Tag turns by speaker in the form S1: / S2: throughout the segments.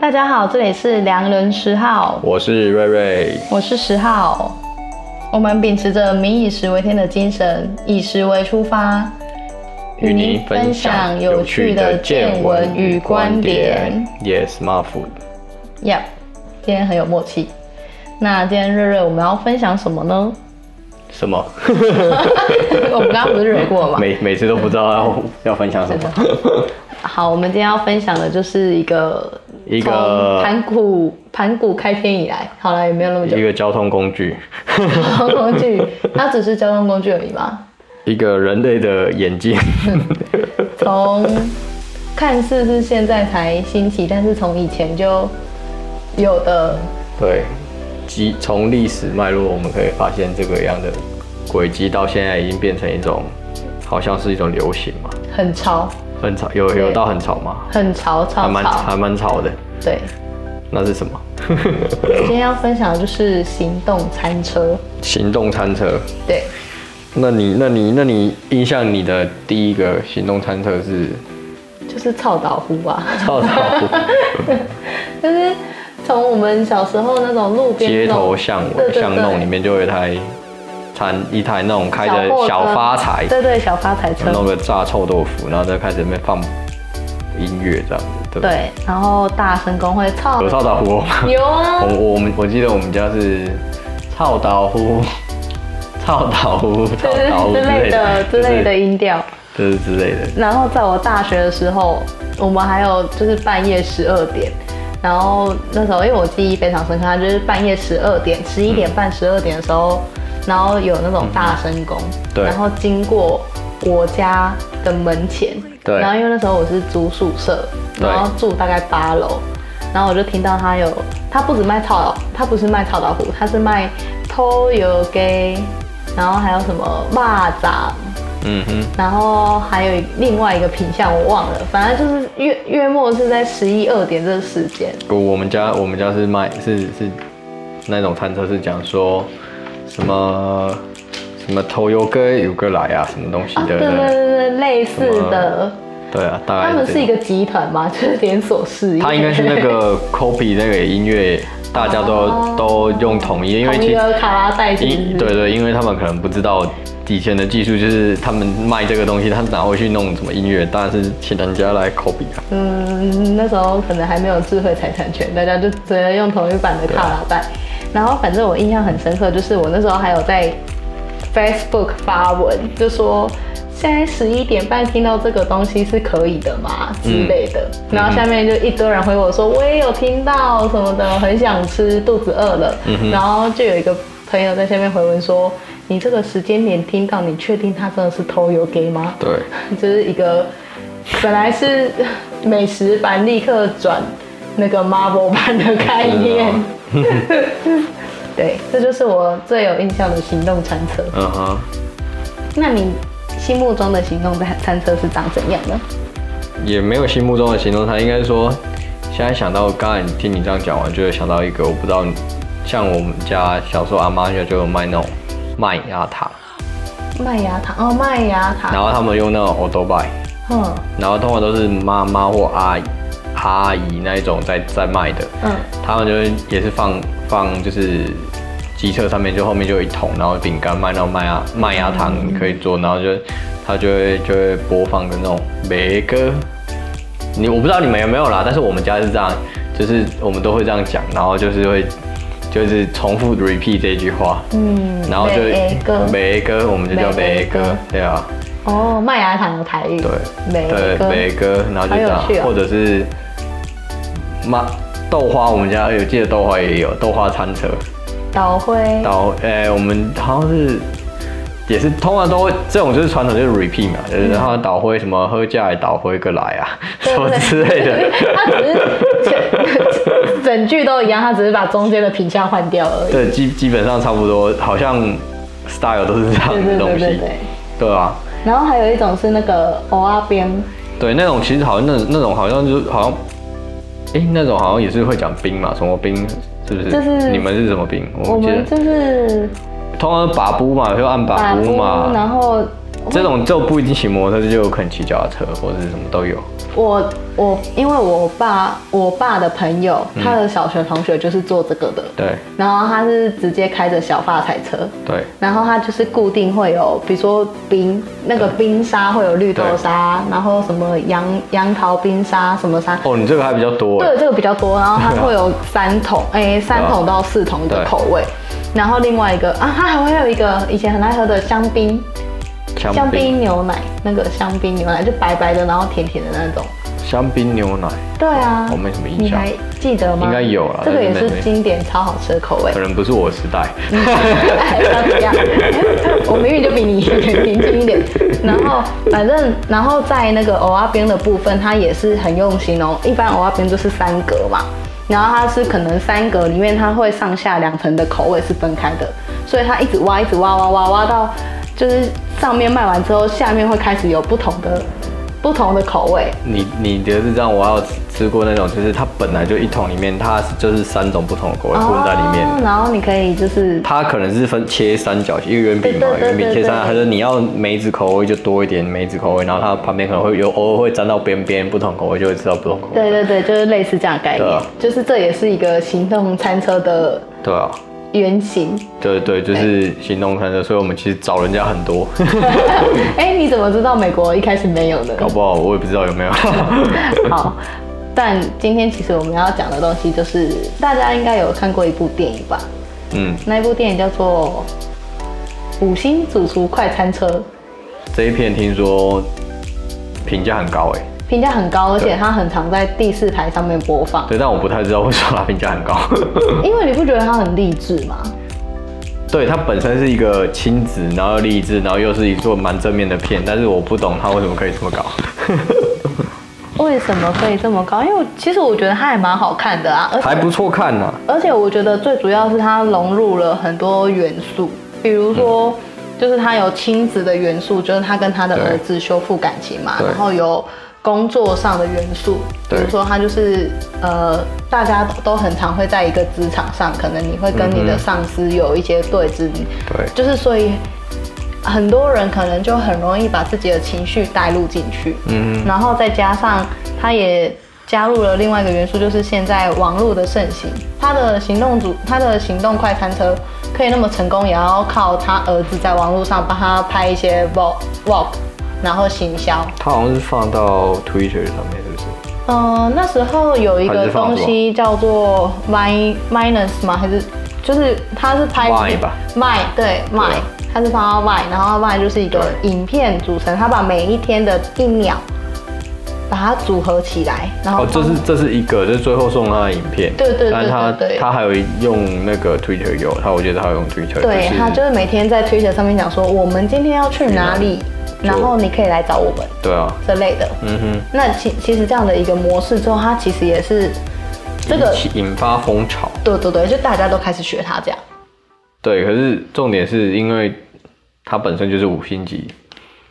S1: 大家好，这里是良人十号，
S2: 我是瑞瑞，
S1: 我是十号。我们秉持着“民以食为天”的精神，以食为出发，
S2: 与您分享有趣的见闻与观点。。Yes, m a f o
S1: Yep，今天很有默契。那今天瑞瑞，我们要分享什么 呢？
S2: 什么？
S1: 我们刚刚不是蕊过吗？
S2: 每每次都不知道要 要分享什么。
S1: 好，我们今天要分享的就是一个
S2: 一
S1: 从
S2: 个
S1: 盘古盘古开篇以来，好了，也没有那么久
S2: 一，个交通工具，
S1: 交通工具，它只是交通工具而已嘛。
S2: 一个人类的眼 睛。
S1: 从看似是现在才兴起，但是从以前就有的，
S2: 对，即从历史脉络，我们可以发现这个样的轨迹到现在已经变成一种，好像是一种流行嘛，
S1: 很潮，
S2: 很吵，有有到很吵吗？
S1: 很潮，
S2: 还
S1: 潮
S2: 蛮
S1: 潮。
S2: 还蛮吵的，
S1: 对，
S2: 那是什么？
S1: 今天要分享的就是行动餐车。
S2: 行动餐车。
S1: 对，
S2: 那你那你那你印象你的第一个行动餐车 是
S1: 就是操岛湖啊，
S2: 跳蚤
S1: 就是从我们小时候那种路边
S2: 街
S1: 那种
S2: 头巷
S1: 对
S2: 尾
S1: 对
S2: 巷弄里面就有一台餐一台那种开着
S1: 货车
S2: 小发财，
S1: 对对，小发财车。
S2: 弄个炸臭豆腐，然后再开始在那边放音乐这样子，对不对？
S1: 对，然后大神公会操
S2: 有跳蚤湖吗？
S1: 有啊
S2: 我，我我们我记得我们家是跳蚤湖。跳蚤湖、
S1: 就
S2: 跳
S1: 是
S2: 蚤湖
S1: 之类的之类的，音调。
S2: 就是就是之类的。
S1: 然后在我大学的时候，我们还有就是半夜十二点，然后那时候因为我记忆非常深刻，它就是半夜十二点、十一点半、十二点的时候，然后有那种大声公，
S2: 嗯对
S1: 然后经过我家的门前，
S2: 对
S1: 然后因为那时候我是租宿舍，
S2: 对
S1: 然后住大概八楼。然后我就听到他有，他不止卖臭豆，他不是卖臭豆腐，他是卖偷油给，然后还有什么啊蚂蚱，
S2: 嗯哼，
S1: 然后还有另外一个品相我忘了，反正就是月月末是在十一二点这个时间，
S2: 我我们家我们家是卖是是那种餐车是讲说什么什么头油哥有个来啊，什么东西
S1: 啊，对
S2: 的，
S1: 对对对，类似的，
S2: 对啊，大概
S1: 他们
S2: 这
S1: 是一个集团嘛，就是连锁事业，
S2: 他应该是 那个 copy 那个音乐，大家都、
S1: 哦
S2: 都用统一，因为
S1: 同
S2: 其
S1: 一
S2: 实
S1: 个卡拉带
S2: 因
S1: 金，
S2: 对对，因为他们可能不知道以前的技术，就是他们卖这个东西，他哪会去弄什么音乐？当然是请人家来 copy 啊。
S1: 嗯，那时候可能还没有智慧财产权，大家就只能用同一版的卡拉带。然后反正我印象很深刻，就是我那时候还有在 Facebook 发文，就说现在十一点半听到这个东西是可以的吗之类的。然后下面就一堆人回我说我也有听到什么的，很想吃，肚子饿了。然后就有一个朋友在下面回文说。你这个时间点听到，你确定他真的是偷油给吗？
S2: 对，
S1: 就是一个本来是美食版，立刻转那个 Marvel 版的概念。
S2: 嗯
S1: 对，这就是我最有印象的行动餐车。
S2: 嗯哼。
S1: 那你心目中的行动餐餐车是长怎样的？
S2: 也没有心目中的行动餐，应该说，现在想到刚才你听你这样讲完，就会想到一个，我不知道你，像我们家小时候阿妈家就有卖那种麦芽糖，
S1: 麦芽糖哦，麦芽糖，
S2: 然后他们用那种 o d o b y
S1: 嗯
S2: 然后通常都是妈妈或阿姨阿姨那一种在在卖的，
S1: 嗯，
S2: 他们就是也是放放就是机车上面，就后面就有一桶，然后饼干卖到麦芽麦芽糖可以做，然后就它就会就会播放的那种梅歌。你我不知道你们有没有啦，但是我们家是这样，就是我们都会这样讲，然后就是会就是重复 repeat 这句话，
S1: 嗯
S2: 然后就
S1: 梅歌
S2: 梅歌，我们就叫
S1: 梅
S2: 梅
S1: 歌
S2: 歌，对啊。
S1: 哦，麦芽糖有台语，
S2: 对，
S1: 梅
S2: 对，梅
S1: 歌，
S2: 哥，然后就这样，
S1: 好有趣哦
S2: 或者是妈豆花，我们家有记得豆花也有豆花餐车，
S1: 岛灰，
S2: 然后呃，我们好像是也是通常都会这种就是传统就是 repeat 嘛，就是然后倒灰什么喝下来倒灰个来啊，什么之类 的，
S1: 它只是整句都一样，它只是把中间的品相换掉而已。
S2: 对，基基本上差不多，好像 style 都是这样的东西，对啊。
S1: 然后还有一种是那个欧阿边，
S2: 对，那种其实好像那那种好像就好像，哎、那种好像也是会讲冰嘛，什么冰是不是？
S1: 就是
S2: 你们是什么冰？
S1: 我
S2: 我们记
S1: 们
S2: 得
S1: 就是
S2: 通常把布嘛，就按把
S1: 打
S2: 布
S1: 工，
S2: 嘛，
S1: 然后
S2: 这种就不一定骑摩托车，就有可能骑脚踏车或者是什么都有。
S1: 我我因为我爸我爸的朋友，他的小学同学就是做这个的，
S2: 嗯对
S1: 然后他是直接开着小发财车，
S2: 对
S1: 然后它就是固定会有，比如说冰那个冰沙会有绿豆沙，然后什么杨杨桃冰沙什么沙，
S2: 哦，你这个还比较多哎
S1: 对，这个比较多，然后它会有三桶，
S2: 啊
S1: 哎，三桶到四桶的口味。然后另外一个啊，它还会有一个以前很爱喝的香槟，香槟牛奶，那个香槟牛奶就白白的，然后甜甜的那种。
S2: 香槟牛奶，
S1: 对啊，
S2: 哦我没什么印
S1: 你
S2: 象
S1: 还记得吗？
S2: 应该有啦
S1: 这个也
S2: 但是
S1: 是
S2: 没
S1: 经典，超好吃的口味
S2: 可。能不是我时代。
S1: 哎要怎样？我明明就比你年轻一点。然后反正，然后在那个偶阿边的部分，它也是很用心哦。一般偶阿边就是三格嘛，然后它是可能三格里面它会上下两层的口味是分开的，所以它一直挖，一直挖，挖挖挖到就是上面卖完之后，下面会开始有不同的不同的口味。
S2: 你你的是这样，我还有吃过那种，就是它本来就一桶里面，它就是三种不同的口味混在里面。
S1: 哦然后你可以就是
S2: 它可能是分切三角形，一个圆饼嘛，
S1: 对对对
S2: 圆饼
S1: 对
S2: 切三角，
S1: 对
S2: 它是你要梅子口味就多一点梅子口味，然后它旁边可能会有偶尔会沾到边边不同口味，就会吃到不同口味。
S1: 对对对，就是类似这样的概念，
S2: 对啊
S1: 就是这也是一个行动餐车的
S2: 对啊，
S1: 原型。
S2: 对对，就是行动餐车，所以我们其实找人家很 多，
S1: 哎、你怎么知道美国一开始没有呢？
S2: 搞不好我也不知道有没有。
S1: 好，但今天其实我们要讲的东西就是，大家应该有看过一部电影吧？
S2: 嗯，
S1: 那一部电影叫做《五星主厨快餐车》，
S2: 这一片听说评价很高哎，
S1: 评价很高，而且它很常在第四台上面播放。
S2: 对，但我不太知道为什么它评价很高。
S1: 因为你不觉得它很励志吗？
S2: 对，它本身是一个亲子，然后励志，然后又是一座蛮正面的片，但是我不懂它为什么可以这么高。
S1: 为什么可以这么高？因为我其实我觉得它还蛮好看的啊，而且
S2: 还不错看呐、
S1: 而且我觉得最主要是它融入了很多元素，比如说，
S2: 嗯
S1: 就是它有亲子的元素，就是他跟他的儿子修复感情嘛，
S2: 对
S1: 然后有工作上的元素，比
S2: 对
S1: 如说他就是呃，大家都很常会在一个职场上，可能你会跟你
S2: 嗯
S1: 的上司有一些对峙，
S2: 对
S1: 就是所以很多人可能就很容易把自己的情绪带入进去，嗯，然后再加上它也加入了另外一个元素，就是现在网络的盛行，它的行动组，它的行动快餐车可以那么成功，也要靠他儿子在网络上帮他拍一些 vlog vlog，然后行销。
S2: 它好像是放到 Twitter 上面，是不是？
S1: 嗯、那时候有一
S2: 还
S1: 个
S2: 是放什
S1: 东
S2: 么
S1: 西叫做 my minus 吗？还是就是它是拍
S2: Vine 吧
S1: my 对 my，
S2: 对
S1: 它是放到 my，然后 my 就是一个
S2: 对
S1: 影片组成，它把每一天的一秒把它组合起来，然后
S2: 哦，这
S1: 放
S2: 是这是一个，这是最后送他的影片。
S1: 对对对
S2: 但他
S1: 对对
S2: 他还有用那个 Twitter 有，他我觉得他有用 Twitter，
S1: 对，
S2: 就是
S1: 他就是每天在 Twitter 上面讲说我们今天要去哪里，
S2: 就
S1: 然后你可以来找我们
S2: 对啊，
S1: 之类的。
S2: 嗯哼，
S1: 那其其实这样的一个模式之后，它其实也是这个
S2: 引，起引发风潮。
S1: 对对对，就大家都开始学它这样。
S2: 对，可是重点是因为他本身就是五星级，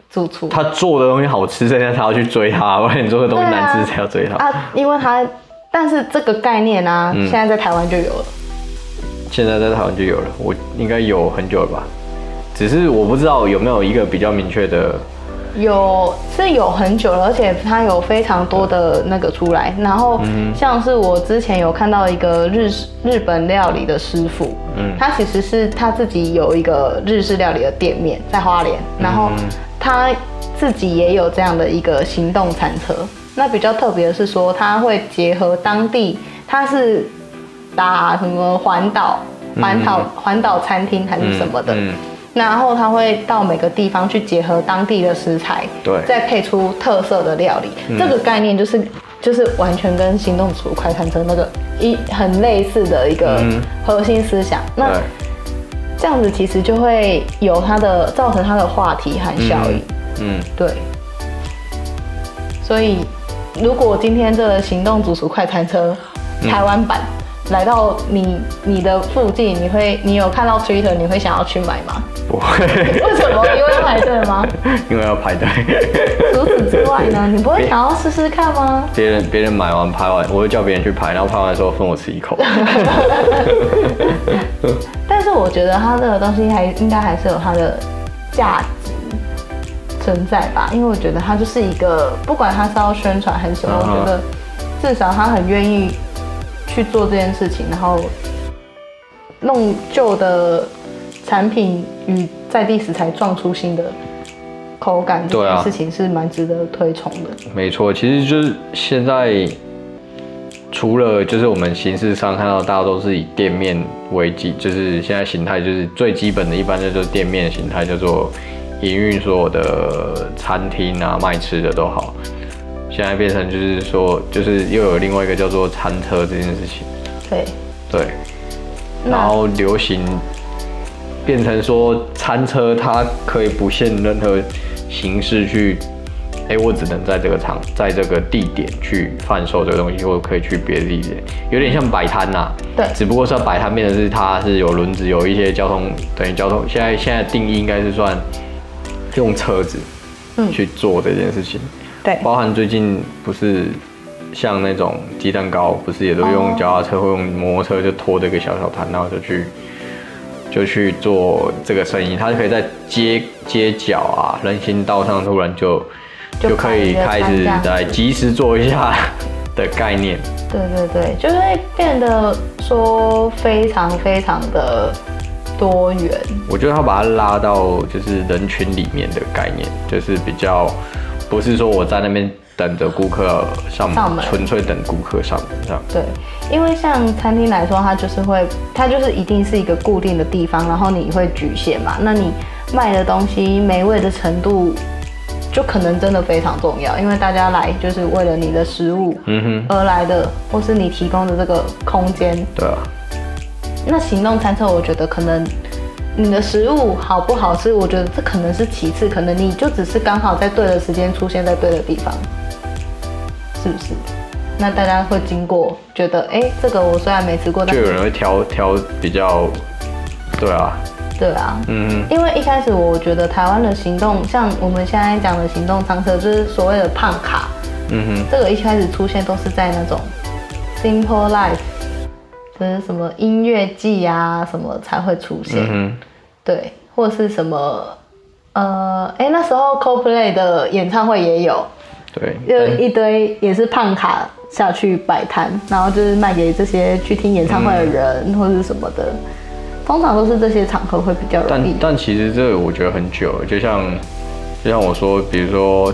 S1: 主厨
S2: 他做的东西好吃，现在他要去追他， 不然你做的东西难吃，谁要追他？
S1: 啊，因为它，但是这个概念啊，现在在台湾就有了。
S2: 现在在台湾就有了，我应该有很久了吧？只是我不知道有没有一个比较明确的，
S1: 有是有很久了，而且它有非常多的那个出来。然后像是我之前有看到一个日式日本料理的师傅，他其实是他自己有一个日式料理的店面在花莲，然后他自己也有这样的一个行动餐车。那比较特别的是说，他会结合当地，他是打什么环岛环岛环岛餐厅还是什么的，
S2: 嗯嗯
S1: 然后他会到每个地方去结合当地的食材，
S2: 对嗯
S1: 再配出特色的料理。这个概念就是就是完全跟行动厨快餐车那个一很类似的一个
S2: 嗯
S1: 核心思想。那
S2: 对
S1: 这样子其实就会有它的造成它的话题和效应。
S2: 嗯，
S1: 对，所以如果今天这个行动主厨快餐车
S2: 嗯
S1: 台湾版、来到你你的附近，你会你有看到 Twitter，你会想要去买吗？
S2: 不会，
S1: 为什么？因为要排队吗？
S2: 因为要排队。
S1: 除此之外呢，你不会想要试试看吗？
S2: 别人别人买完拍完，我会叫别人去拍，然后拍完之后分我吃一口。
S1: 但是我觉得它这个东西还应该还是有它的价值，存在吧，因为我觉得他就是一个，不管他是要宣传还是什么，
S2: 嗯
S1: 我觉得至少他很愿意去做这件事情，然后弄旧的产品与在地食材撞出新的口感，这
S2: 对啊
S1: 件事情是蛮值得推崇的。
S2: 没错，其实就是现在，除了就是我们形式上看到大家都是以店面为基，就是现在形态就是最基本的，一般就是店面形态，叫做营运所有的餐厅啊、卖吃的都好。现在变成就是说，就是又有另外一个叫做餐车这件事情，
S1: 对，
S2: 对，
S1: 那
S2: 然后流行变成说餐车它可以不限任何形式去，哎、我只能在这个场，在这个地点去贩售这个东西，或者可以去别的地点，有点像摆摊呐。
S1: 对
S2: 只不过是它摆摊变成是它是有轮子，有一些交通等于交通，现在现在定义应该是算用车子
S1: 嗯
S2: 去做这件事情。
S1: 对
S2: 包含最近不是像那种鸡蛋糕，不是也都用脚踏车或用摩托车就拖着一个小小摊，然后就去就去做这个生意。它可以在街街角啊、人行道上突然就
S1: 就
S2: 就可以
S1: 摆
S2: 开
S1: 一个摊
S2: 始
S1: 这样
S2: 来及时做一下的概念。
S1: 对对对，就是会变得说非常非常的多元。
S2: 我觉得他把它拉到就是人群里面的概念，就是比较不是说我在那边等着顾客上
S1: 上
S2: 门，
S1: 门
S2: 纯粹等顾客上门这样。
S1: 对，因为像餐厅来说，它就是会，它就是一定是一个固定的地方，然后你会局限嘛。那你卖的东西美味的程度，就可能真的非常重要，因为大家来就是为了你的食物
S2: 嗯哼，
S1: 而来的，或是你提供的这个空间。
S2: 对啊。
S1: 那行动餐车，我觉得可能你的食物好不好吃，我觉得这可能是其次，可能你就只是刚好在对的时间出现在对的地方，是不是？那大家会经过，觉得哎、诶这个我虽然没吃过，但
S2: 就有人
S1: 是
S2: 会挑挑比较，对啊，
S1: 对啊，
S2: 嗯，
S1: 因为一开始我觉得台湾的行动，像我们现在讲的行动餐车，就是所谓的胖卡，
S2: 嗯
S1: 这个一开始出现都是在那种 Simple Life，就是什么音乐季啊什么才会出现。
S2: 哼，嗯
S1: 对，或是什么，呃，哎，那时候 CoPlay 的演唱会也有，
S2: 哼，对，
S1: 就
S2: 但
S1: 一堆也是胖卡下去摆摊，然后就是卖给这些去听演唱会的人、或是什么的，通常都是这些场合会比较容易
S2: 但。但其实这个我觉得很久了，就像就像我说，比如说。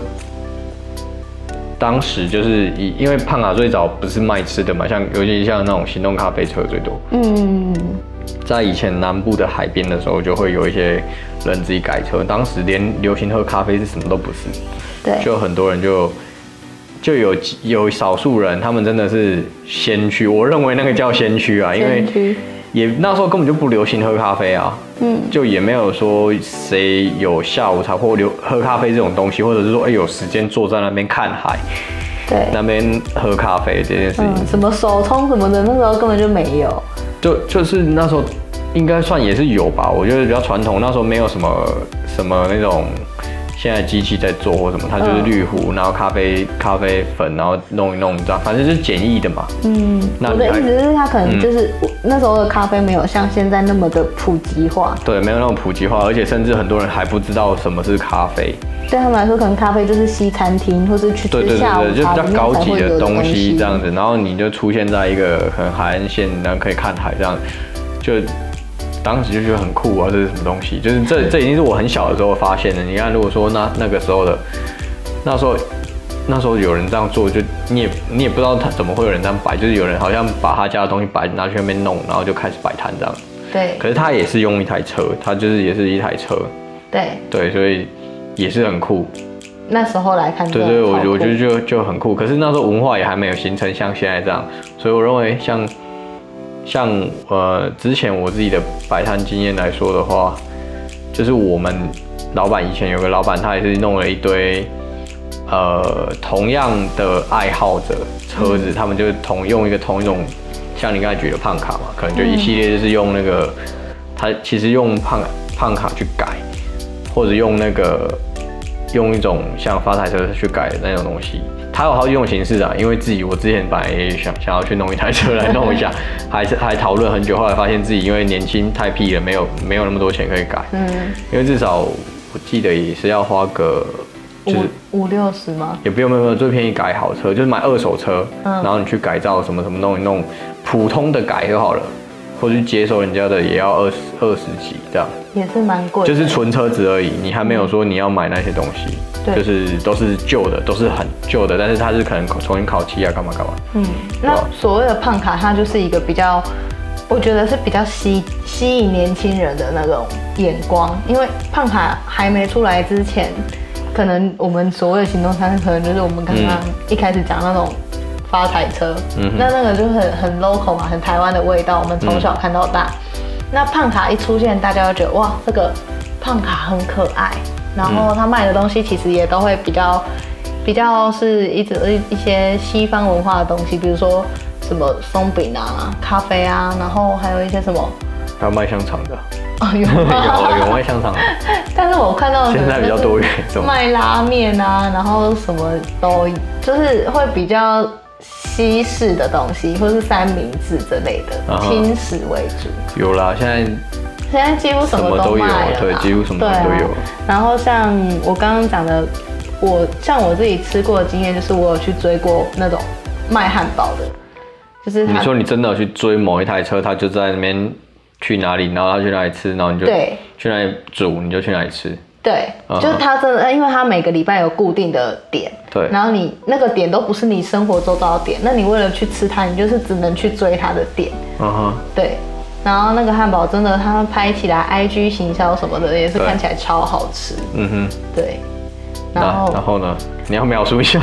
S2: 当时就是以，因为胖卡最早不是卖吃的嘛，像尤其像那种行动咖啡车最多，
S1: 嗯，
S2: 在以前南部的海边的时候，就会有一些人自己改车。当时连流行喝咖啡是什么都不是，
S1: 对，
S2: 就很多人就就有几有少数人，他们真的是先驱，我认为那个叫先驱啊，因为
S1: 先驱
S2: 也那时候根本就不流行喝咖啡啊，
S1: 嗯，
S2: 就也没有说谁有下午茶或流喝咖啡这种东西，或者是说哎、有时间坐在那边看海，
S1: 对，
S2: 那边喝咖啡这件事情，
S1: 嗯，什么手冲什么的，那时候根本就没有。
S2: 就就是那时候应该算也是有吧，我觉得比较传统，那时候没有什么什么那种现在机器在做或什么，它就是
S1: 嗯
S2: 滤壶，然后咖啡咖啡粉，然后弄一弄，这样反正就是简易的嘛。
S1: 嗯，
S2: 那嗯
S1: 我的
S2: 你还
S1: 意思是，它可能就是、那时候的咖啡没有像现在那么的普及化，
S2: 对，没有那种普及化，而且甚至很多人还不知道什么是咖啡。
S1: 对他们来说，可能咖啡就是西餐厅或是去
S2: 对
S1: 吃
S2: 对对
S1: 下午
S2: 对，就
S1: 茶
S2: 比较
S1: 里面
S2: 高
S1: 才
S2: 级
S1: 会有
S2: 的
S1: 的
S2: 东西这样
S1: 子。
S2: 子，然后你就出现在一个很海岸线，然后可以看海这样，就当时就觉得很酷啊，这是什么东西？就是这这已经是我很小的时候发现的。你看，如果说那那个时候的，那时候那时候有人这样做，就你也你也不知道他怎么会有人这样摆，就是有人好像把他家的东西摆拿去那边弄，然后就开始摆摊这样。
S1: 对
S2: 可是他也是用一台车，他就是也是一台车，
S1: 对，
S2: 对，所以也是很酷。
S1: 那时候来看真
S2: 对
S1: 的
S2: 对，我
S1: 超
S2: 觉
S1: 酷
S2: 我觉得就就很酷。可是那时候文化也还没有形成像现在这样，所以我认为像像呃之前我自己的摆摊经验来说的话，就是我们老板以前有个老板，他也是弄了一堆呃同样的爱好者车子，他们就同用一个同一种，像你刚才举的胖卡嘛，可能就一系列就是用那个，他其实用胖胖卡去改，或者用那个用一种像发财车去改的那种东西，它有好几种形式啊。因为自己我之前本来也想想要去弄一台车来弄一 下，还是还讨论很久，后来发现自己因为年轻太屁了，没有没有那么多钱可以改。
S1: 嗯，
S2: 因为至少我记得也是要花个，就是
S1: 五五六十吗？
S2: 也不用没有没有，最便宜改好车，就是买二手车，
S1: 嗯
S2: 然后你去改造什么什么弄一弄，普通的改就好了，或是接收人家的也要二十二十几这样，
S1: 也是蛮贵的，嗯
S2: 就是纯车子而已，你还没有说你要买那些东西，
S1: 对
S2: 就是都是旧的，都是很旧的，但是它是可能重新烤漆啊，干嘛干嘛，
S1: 嗯，那
S2: 哇
S1: 所谓的胖卡，它就是一个比较，我觉得是比较吸吸引年轻人的那种眼光，因为胖卡还没出来之前，可能我们所谓的行动餐，可能就是我们刚刚一开始讲那种发财车，
S2: 嗯哼
S1: 那那个就很很 local 嘛，很台湾的味道，我们从小看到大。那胖卡一出现，大家就觉得哇，这个胖卡很可爱，然
S2: 嗯
S1: 后他卖的东西其实也都会比较比较是一直一一些西方文化的东西，比如说什么松饼啊、咖啡啊，然后还有一些什么
S2: 还有卖香肠 的，
S1: 哦有
S2: 有啊有卖 香肠的，
S1: 但是我看到的
S2: 现在比较多元这种
S1: 卖拉面啊，然后什么都就是会比较西式的东西，或是三明治之类的
S2: 啊，哈
S1: 轻食为主。
S2: 有啦，现在
S1: 现在几乎什么都卖了啦，
S2: 什么都有对几乎什么
S1: 对啊
S2: 都有
S1: 然后像我刚刚讲的，我像我自己吃过的经验，就是我有去追过那种卖汉堡的，就是
S2: 你
S1: 他
S2: 说你真的有去追某一台车，他就在那边去哪里，然后他去哪里吃，然后你就
S1: 对
S2: 去哪里煮，你就去哪里吃。
S1: 对，
S2: 嗯
S1: 就是他真的，因为他每个礼拜有固定的点，
S2: 对
S1: 然后你那个点都不是你生活周遭的点，那你为了去吃它，你就是只能去追它的点，
S2: 嗯哼，
S1: 对。然后那个汉堡真的，他们拍起来 IG 行销什么的，也是
S2: 对
S1: 看起来超好吃，
S2: 嗯哼，
S1: 对。
S2: 那
S1: 然后
S2: 然后呢？你要描 述一下，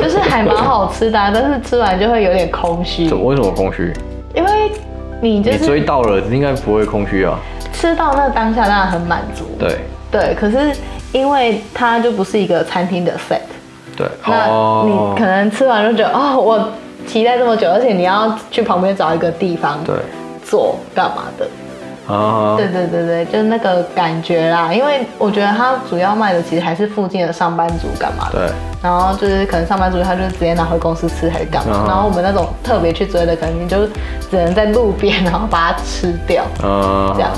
S1: 就是还蛮好吃的啊、但是吃完就会有点空虚
S2: 怎，么为什么空虚？
S1: 因为你就
S2: 你追
S1: 是
S2: 到了，应该不会空虚啊。
S1: 吃到那当下当然很满足，
S2: 对
S1: 对。可是因为它就不是一个餐厅的 set，
S2: 对，
S1: 那
S2: 哦
S1: 你可能吃完就觉得哦，我期待这么久，而且你要去旁边找一个地方
S2: 对
S1: 坐干嘛的？
S2: 啊，
S1: 对对对对，就是那个感觉啦。因为我觉得它主要卖的其实还是附近的上班族干嘛的。
S2: 对
S1: 然后就是可能上班族他就直接拿回公司吃还是干嘛
S2: 嗯，哼
S1: 然后我们那种特别去追的，可能你就只能在路边然后把它吃掉。
S2: 嗯
S1: 这样，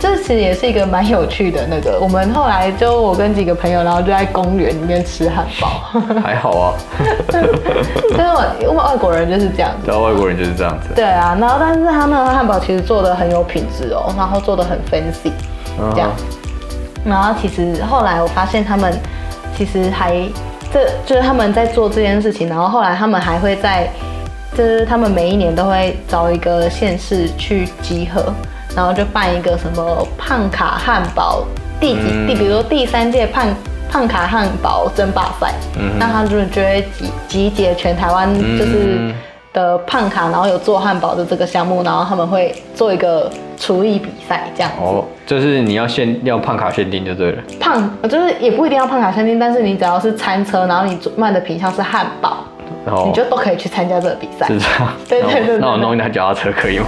S1: 这其实也是一个蛮有趣的那个。我们后来就我跟几个朋友，然后就在公园里面吃汉 堡。
S2: 还好啊。
S1: 但是我因为外国人就是这样子。
S2: 对啊，外国人就是这样子。
S1: 对啊，然后但是他那个汉堡其实做的很有品质哦，然后做的很 fancy，
S2: 嗯
S1: 这样。然后其实后来我发现他们其实还这就是他们在做这件事情，然后后来他们还会在就是他们每一年都会找一个县市去集合，然后就办一个什么胖卡汉堡第几第，比如说第三届胖胖卡汉堡争霸赛，那他们就会集集结全台湾就是
S2: 嗯
S1: 的胖卡，然后有做汉堡的这个项目，然后他们会做一个厨艺比赛这样子。
S2: 哦，就是你要限要胖卡限定就对了。
S1: 胖呃就是也不一定要胖卡餐厅，但是你只要是餐车，然后你做卖的品相是汉堡，
S2: 然后
S1: 你就都可以去参加这个比赛。
S2: 哦是这样。
S1: 对对对对
S2: 那我那我
S1: 对
S2: 弄一台脚踏车 可以吗？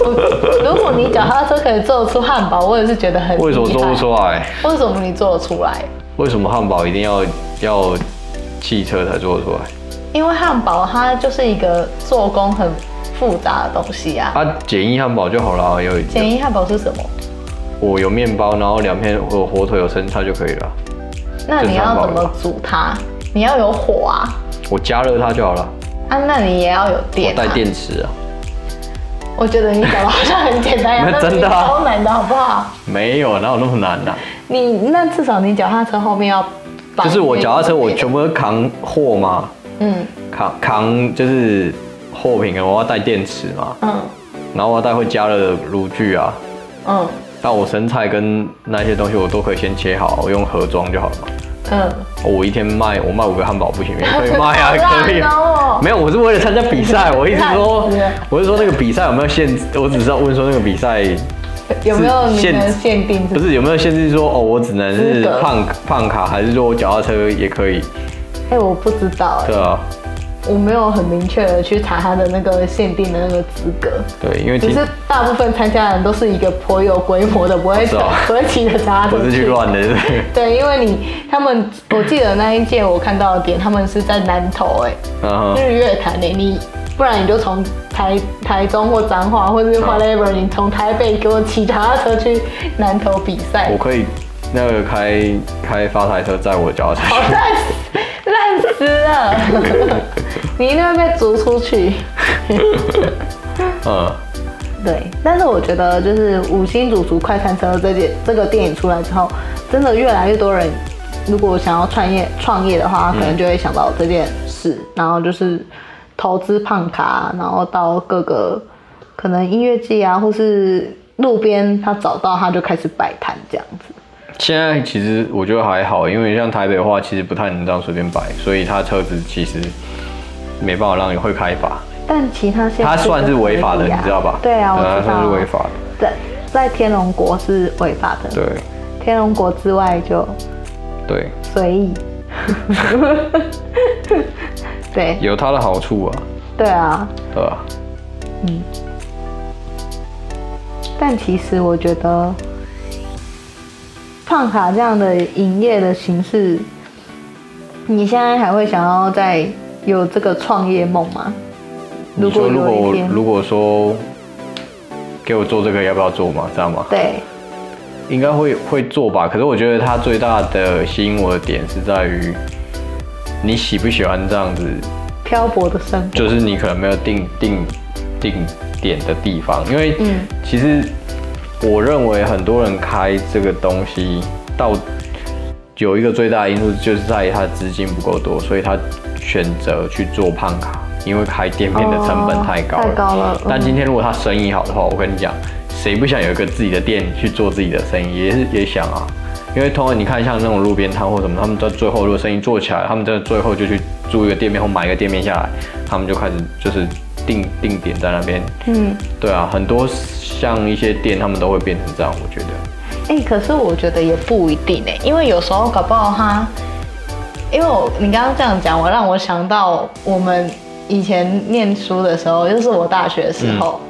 S1: 我如果你脚踏车可以做得出汉堡，我也是觉得很
S2: 为什么做不
S1: 厉
S2: 出来？
S1: 害？为什么你做得出来？
S2: 为什么汉堡一定要要汽车才做得出来？
S1: 因为汉堡它就是一个做工很复杂的东西啊。
S2: 啊，简易汉堡就好了，有
S1: 简易汉堡是什么？
S2: 我有面包，然后两片我有火腿有生菜就可以了。
S1: 那你要怎么煮它？你要有火啊，
S2: 我加热它就好了，
S1: 啊，那你也要有
S2: 我
S1: 电、啊。
S2: 带电池啊。
S1: 我觉得你讲的好像很简单呀、
S2: 那
S1: 但是
S2: 真的啊
S1: 超难的好不好？
S2: 没有，啊哪有那么难呐、
S1: 你那至少你脚踏车后面要绑
S2: 就是我
S1: 那个
S2: 脚踏车，我
S1: 之类的
S2: 全部都扛货嘛，
S1: 嗯
S2: 扛扛就是货品，啊我要带电池嘛，
S1: 嗯
S2: 然后我要带会加热的炉具啊。
S1: 嗯
S2: 但我生菜跟那些东西我都可以先切好，我用盒装就好了嘛。哦
S1: 嗯，
S2: 我一天卖我卖五个汉堡 不行吗？可以卖啊，
S1: 好烂
S2: 可以。
S1: 哦
S2: 没有，我是为了参加比赛，我 一直说
S1: 烂死了，
S2: 我是说那个比赛有没有限制，我只是要问说那个比赛
S1: 有没有你们
S2: 限
S1: 限定？
S2: 不是有没有限制说哦，我只能
S1: 资
S2: 是
S1: 格
S2: 胖胖卡，还是说我脚踏车也可以？
S1: 哎、我不知道哎、
S2: 对啊，
S1: 我没有很明确的去查他的那个限定的那个资格。
S2: 对，因为
S1: 只
S2: 听
S1: 是大部分参加的人都是一个颇有规模的，不会
S2: 是哦
S1: 不会骑着脚踏车
S2: 我是去乱的，对不 对？
S1: 对，因为你他们，我记得那一届我看到的点，他们是在南投哎、
S2: 嗯哼，
S1: 日月潭诶、你不然你就从台台中或彰化或者是 whatever，、你从台北给我骑脚踏车去南投比赛
S2: 我，可以那个开开发财车载我脚踏
S1: 好
S2: 车去，
S1: 烂死，烂死了！ 你一定会被逐出去。
S2: 嗯，
S1: 对，但是我觉得就是《五星主厨快餐车》这件这个电影出来之后，真的越来越多人，如果想要创业创业的话，
S2: 嗯
S1: 可能就会想到这件事，然后就是投资胖卡，然后到各个可能音乐季啊，或是路边他找到他就开始摆摊这样子。
S2: 现在其实我觉得还好，因为像台北的话，其实不太能这样随便摆，所以他车子其实没办法让你会开法，
S1: 但其他县市
S2: 它算是
S1: 就可以
S2: 违法的，
S1: 啊
S2: 你知道吧？
S1: 对啊，我知道
S2: 它算是违法的，
S1: 在在天龙国是违法的，
S2: 对
S1: 天龙国之外就
S2: 对，
S1: 随意。 对
S2: 有它的好处啊，
S1: 对啊，
S2: 对吧？
S1: 但其实我觉得，胖卡这样的营业的形式，你现在还会想要再有这个创业梦吗？
S2: 你说如果
S1: 有一
S2: 我
S1: 天，
S2: 如果说给我做这个，要不要做嘛？知道吗？
S1: 对，
S2: 应该会会做吧。可是我觉得它最大的吸引我的点是在于，你喜不喜欢这样子，
S1: 漂泊的生活，
S2: 就是你可能没有定定定点的地方，因为
S1: 嗯
S2: 其实我认为很多人开这个东西到。有一个最大的因素就是在于他的资金不够多，所以他选择去做胖卡，因为开店面的成本
S1: 哦
S2: 太高了。
S1: 太高了。
S2: 但
S1: 嗯
S2: 今天如果他生意好的话，我跟你讲，谁不想有一个自己的店去做自己的生意？也是也想啊，因为通常你看像那种路边摊或什么，他们到最后如果生意做起来，他们真的最后就去租一个店面或买一个店面下来，他们就开始就是定定点在那边。
S1: 嗯，
S2: 对啊，很多像一些店，他们都会变成这样，我觉得。
S1: 哎、可是我觉得也不一定哎、因为有时候搞不好他，因为我你刚刚这样讲，我让我想到我们以前念书的时候，就是我大学的时候，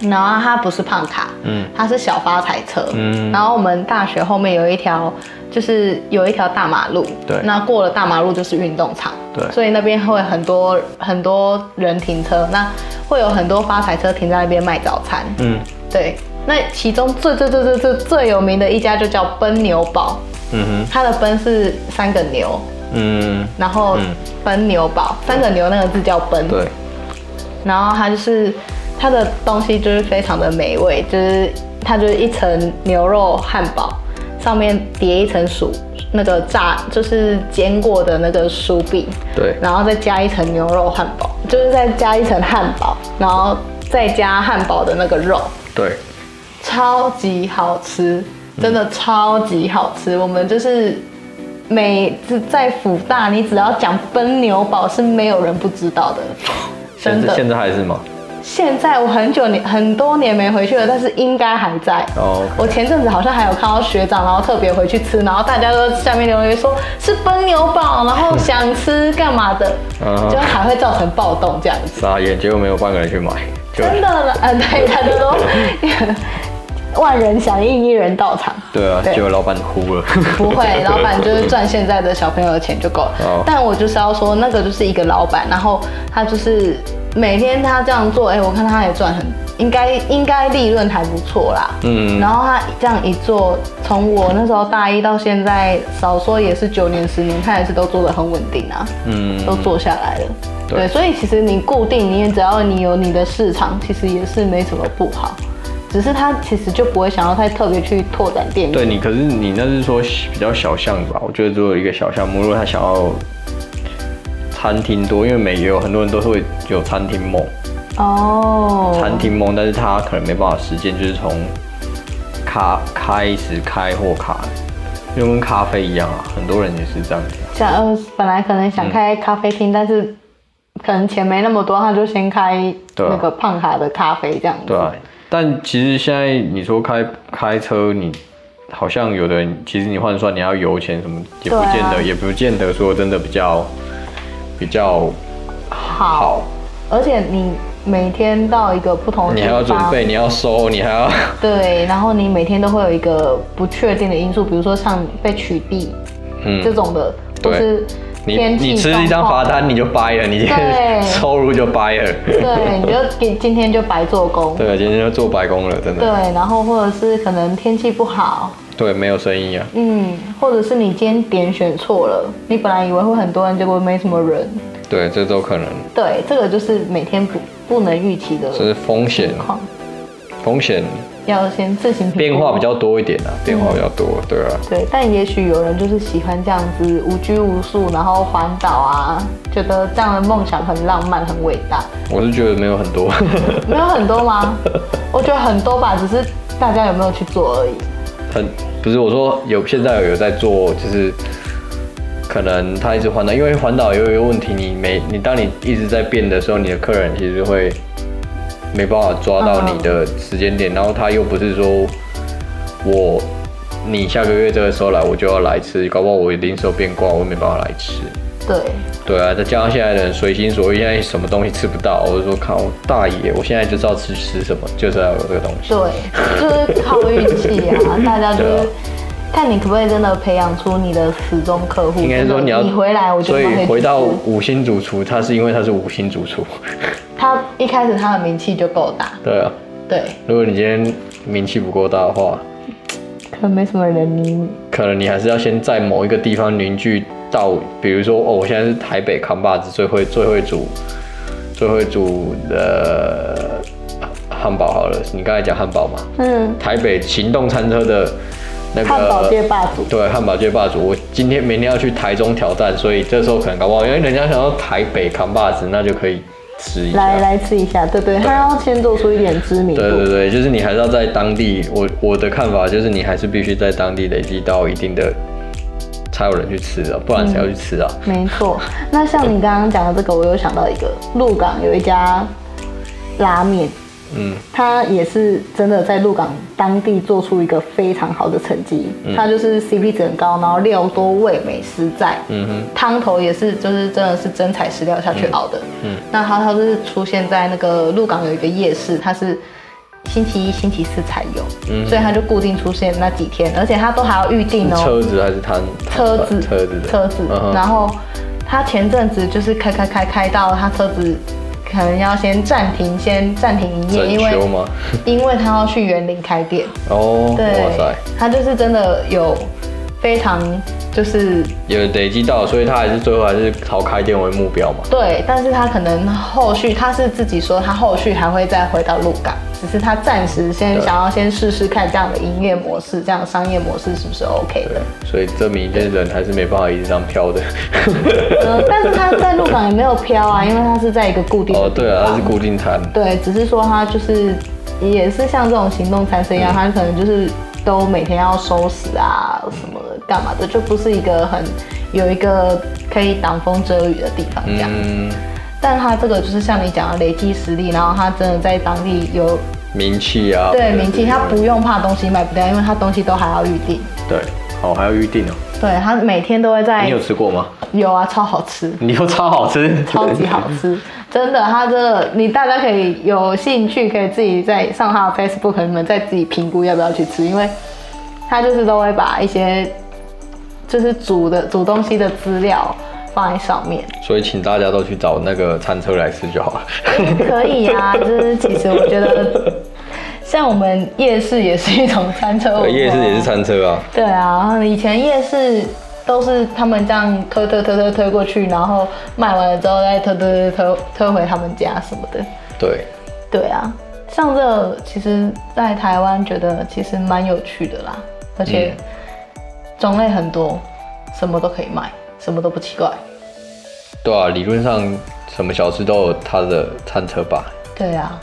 S1: 然后他不是胖卡，
S2: 嗯
S1: 他是小发财车，
S2: 嗯
S1: 然后我们大学后面有一条，就是有一条大马路，
S2: 对
S1: 那过了大马路就是运动场，
S2: 对
S1: 所以那边会很多很多人停车，那会有很多发财车停在那边卖早餐，
S2: 嗯
S1: 对，那其中最最最最最最有名的一家就叫奔牛堡，
S2: 嗯哼
S1: 它的奔是三个牛，
S2: 嗯，
S1: 然后
S2: 嗯
S1: 奔牛堡三个牛那个字叫奔，
S2: 对，
S1: 然后它就是它的东西就是非常的美味，就是它就是一层牛肉汉堡，上面叠一层薯那个炸就是煎过的那个酥饼，
S2: 对
S1: 然后再加一层牛肉汉堡，就是再加一层汉堡，然后再加汉堡的那个肉，
S2: 对，
S1: 超级好吃，真的超级好吃。我们就是每次在福大，你只要讲奔牛堡是没有人不知道的，真
S2: 现在
S1: 的
S2: 现。在还是吗？
S1: 现在我很久年很多年没回去了，但是应该还在。
S2: 哦，OK
S1: 我前阵子好像还有看到学长，然后特别回去吃，然后大家都在下面留言说是奔牛堡，然后想吃干嘛的
S2: 嗯，
S1: 就还会造成暴动这样子。
S2: 傻眼，结果没有半个人去买，就
S1: 真的了，嗯，对，大家都万人响应，一人到场。
S2: 对啊，
S1: 对
S2: 结果老板哭了。
S1: 不会，老板就是赚现在的小朋友的钱就够了。
S2: 哦
S1: 但我就是要说，那个就是一个老板，然后他就是每天他这样做，哎、我看他也赚很，应该应该利润还不错啦。
S2: 嗯
S1: 然后他这样一做，从我那时候大一到现在，少说也是九年十年，他也是都做得很稳定啊。
S2: 嗯
S1: 都做下来了。
S2: 对
S1: 对，所以其实你固定，你也只要你有你的市场，其实也是没什么不好。只是他其实就不会想要太特别去拓展店面。
S2: 对你，可是你那是说比较小项吧？我觉得只有一个小项目，如果他想要餐厅多，因为美也有很多人都是会有餐厅梦，
S1: 哦，
S2: 餐厅梦，但是他可能没办法实践，就是从咖开始开或卡，就跟咖啡一样啊，很多人也是这样子啊。
S1: 像呃，本来可能想开咖啡厅，但是可能钱没那么多，他就先开
S2: 对啊
S1: 那个胖卡的咖啡这样子。
S2: 对啊，但其实现在你说开开车你。好像有的人，其实你换算你要油钱什么，也不
S1: 对啊
S2: 见得，也不见得说真的比较比较啊
S1: 好，
S2: 好。
S1: 而且你每天到一个不同的
S2: 你
S1: 地
S2: 还
S1: 方，
S2: 要准备，你要收，你还要
S1: 对，然后你每天都会有一个不确定的因素，比如说像被取缔、
S2: 嗯
S1: 这种的，
S2: 对
S1: 或是
S2: 你
S1: 天气
S2: 你吃一张
S1: 状况
S2: 罚单你就掰了，你今 天
S1: 对
S2: 收入就掰了。啊
S1: 对，你就今今天就白做工。
S2: 对，今天就做白工了，真
S1: 对
S2: 的。，
S1: 然后或者是可能天气不好，
S2: 对，没有声音啊。
S1: 嗯，或者是你今天点选错了，你本来以为会很多人，结果没什么人。
S2: 对，这都可能，
S1: 对，这个就是每天不不能预期的
S2: 这是风险
S1: 情，况，
S2: 风险
S1: 要先自行评估
S2: 变化比较多一点啊，变化比较多，对啊。
S1: 对，但也许有人就是喜欢这样子无拘无束，然后环岛啊，觉得这样的梦想很浪漫、很伟 大。
S2: 我是觉得没有很多，
S1: 没有很多吗？我觉得很多吧，只是大家有没有去做而已。
S2: 很不是我说有现在有在做，就是可能他一直环岛，因为环岛也有一个问题，你每你当你一直在变的时候，你的客人其实会没办法抓到你的时间点，然后他又不是说我你下个月这个时候来我就要来吃，搞不好我临时有变卦，我也没办法来吃。
S1: 对，
S2: 对啊，再加上现在的人随心所欲，现在什么东西吃不到，我就说靠大爷，我现在就知道吃吃什么，就是要有这个东西。
S1: 对，就是靠运气啊，大家就
S2: 对
S1: 是
S2: 啊
S1: 看你可不可以真的培养出你的死忠客户。
S2: 应该说你要
S1: 你回来，我就
S2: 所
S1: 帮你
S2: 以
S1: 去
S2: 回到
S1: 吃
S2: 五星主厨，他是因为他是五星主厨，
S1: 他一开始他的名气就够大，
S2: 对啊。
S1: 对，
S2: 如果你今天名气不够大的话，
S1: 可能没什么人理你。
S2: 可能你还是要先在某一个地方凝聚到，比如说哦，我现在是台北扛把子最会最会煮最会煮的汉堡好了，你刚才讲汉堡嘛，
S1: 嗯，
S2: 台北行动餐车的那个
S1: 汉堡界霸主
S2: 对，汉堡界霸主。我今天明天要去台中挑战，所以这时候可能搞不好，因为人家想要台北扛把子，那就可以吃一下。
S1: 来来吃一下，对对，他要先做出一点知名度。
S2: 对对对，就是你还是要在当地，我我的看法就是你还是必须在当地累积到一定的，才有人去吃啊，不然谁要去吃啊？
S1: 没错，那像你刚刚讲的这个，我有想到一个，鹿港有一家拉面，
S2: 嗯，
S1: 它也是真的在鹿港当地做出一个非常好的成绩，
S2: 嗯
S1: 它就是 CP 值很高，然后料多味美实在，嗯
S2: 哼，
S1: 汤头也是就是真的是真材实料下去熬的，嗯，那它它就是出现在那个鹿港有一个夜市，它是。星期一、星期四才有，
S2: 嗯
S1: 所以它就固定出现那几天，而且它都还要预定哦。
S2: 车子还是摊
S1: 车子，
S2: 车子的
S1: 车子
S2: 嗯哼
S1: 然后他前阵子就是开开开开到他车子可能要先暂停，先暂停营业，
S2: 整
S1: 因
S2: 修
S1: 为
S2: 吗？
S1: 因为他要去园林开店。
S2: 哦，
S1: 对
S2: 哇塞，，
S1: 他就是真的有非常就是
S2: 有累积到，所以他还是最后还是朝开店为目标嘛。
S1: 对，但是他可能后续他是自己说他后续还会再回到鹿港，只是他暂时先
S2: 对
S1: 想要先试试看这样的营业模式，这样的商业模式是不是 OK 的
S2: 对。，所以证明这人还是没办法一直这样飘的。
S1: 呃，但是他在鹿港也没有飘啊，因为他是在一个固定的
S2: 哦，对啊，
S1: 地
S2: 他
S1: 方
S2: 是固定摊。
S1: 对，只是说他就是也是像这种行动餐车一样，他可能就是都每天要收拾啊什么的，干嘛的，就不是一个很有一个可以挡风遮雨的地方这样。
S2: 嗯，
S1: 但他这个就是像你讲的累积实力，然后他真的在当地有
S2: 名气啊，
S1: 对
S2: 或者是
S1: 名气，他不用怕东西卖不掉，因为他东西都还要预定。
S2: 对，哦，还要预定哦。
S1: 对他每天都会在
S2: 你有吃过吗？
S1: 有啊，超好吃。
S2: 你又超好吃，
S1: 超级好吃，真的，它真的，你大家可以有兴趣，可以自己在上他的 Facebook，你们再自己评估要不要去吃，因为他就是都会把一些就是煮的煮东西的资料放在上面，
S2: 所以请大家都去找那个餐车来吃就好了。
S1: 可以啊，就是其实我觉得，像我们夜市也是一种餐车文化，
S2: 夜市也是餐车啊，
S1: 对啊，以前夜市都是他们这样推推推推推过去，然后卖完了之后再推推推推推回他们家什么的。
S2: 对，
S1: 对啊，像这其实，在台湾觉得其实蛮有趣的啦，而且
S2: 嗯
S1: 种类很多，什么都可以卖，什么都不奇怪。
S2: 对啊，理论上什么小吃都有它的餐车吧。
S1: 对啊，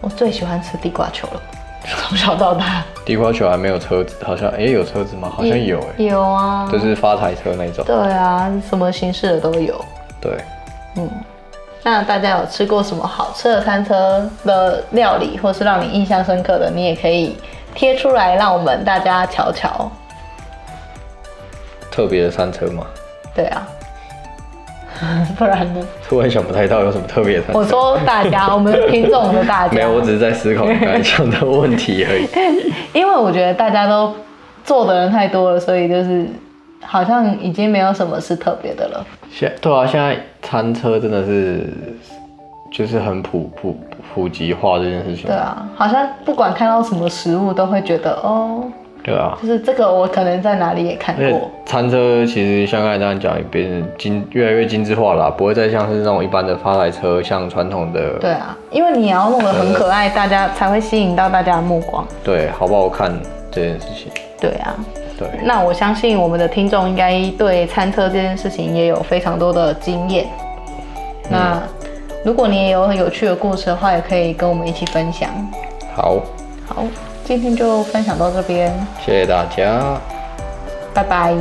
S1: 我最喜欢吃地瓜球了， 从小到大。
S2: 地瓜球还没有车子，好像诶有车子吗？好像有诶，
S1: 有啊，
S2: 就是发财车那种。
S1: 对啊，什么形式的都有。嗯
S2: 对，
S1: 那大家有吃过什么好吃的餐车的料理，或是让你印象深刻的，你也可以贴出来，让我们大家瞧瞧。
S2: 特别的餐车嘛，
S1: 对啊， 不然呢？
S2: 突然想不太到有什么特别的餐车。
S1: 我说大家，我们听众的大家，
S2: 没有，我只是在思考你刚才讲的问题而已。
S1: 因为我觉得大家都做的人太多了，所以就是好像已经没有什么是特别的了。
S2: 现对啊，现在餐车真的是就是很普普普及化这件事情
S1: 啊对。啊，好像不管看到什么食物都会觉得哦，
S2: 对啊。
S1: 就是这个我可能在哪里也看
S2: 而且
S1: 过，
S2: 餐车其实像刚才这样讲，也变成精越来越精致化了啊、不会再像是那种一般的发财车，像传统的
S1: 对啊，因为你要弄得很可爱，大家才会吸引到大家的目光，
S2: 对好不好看这件事情。
S1: 对啊。
S2: 对，
S1: 那我相信我们的听众应该对餐车这件事情也有非常多的经验。那如果你也有很有趣的故事的话，也可以跟我们一起分享。
S2: 好，
S1: 好，今天就分享到这边，
S2: 谢谢大家。
S1: 拜拜。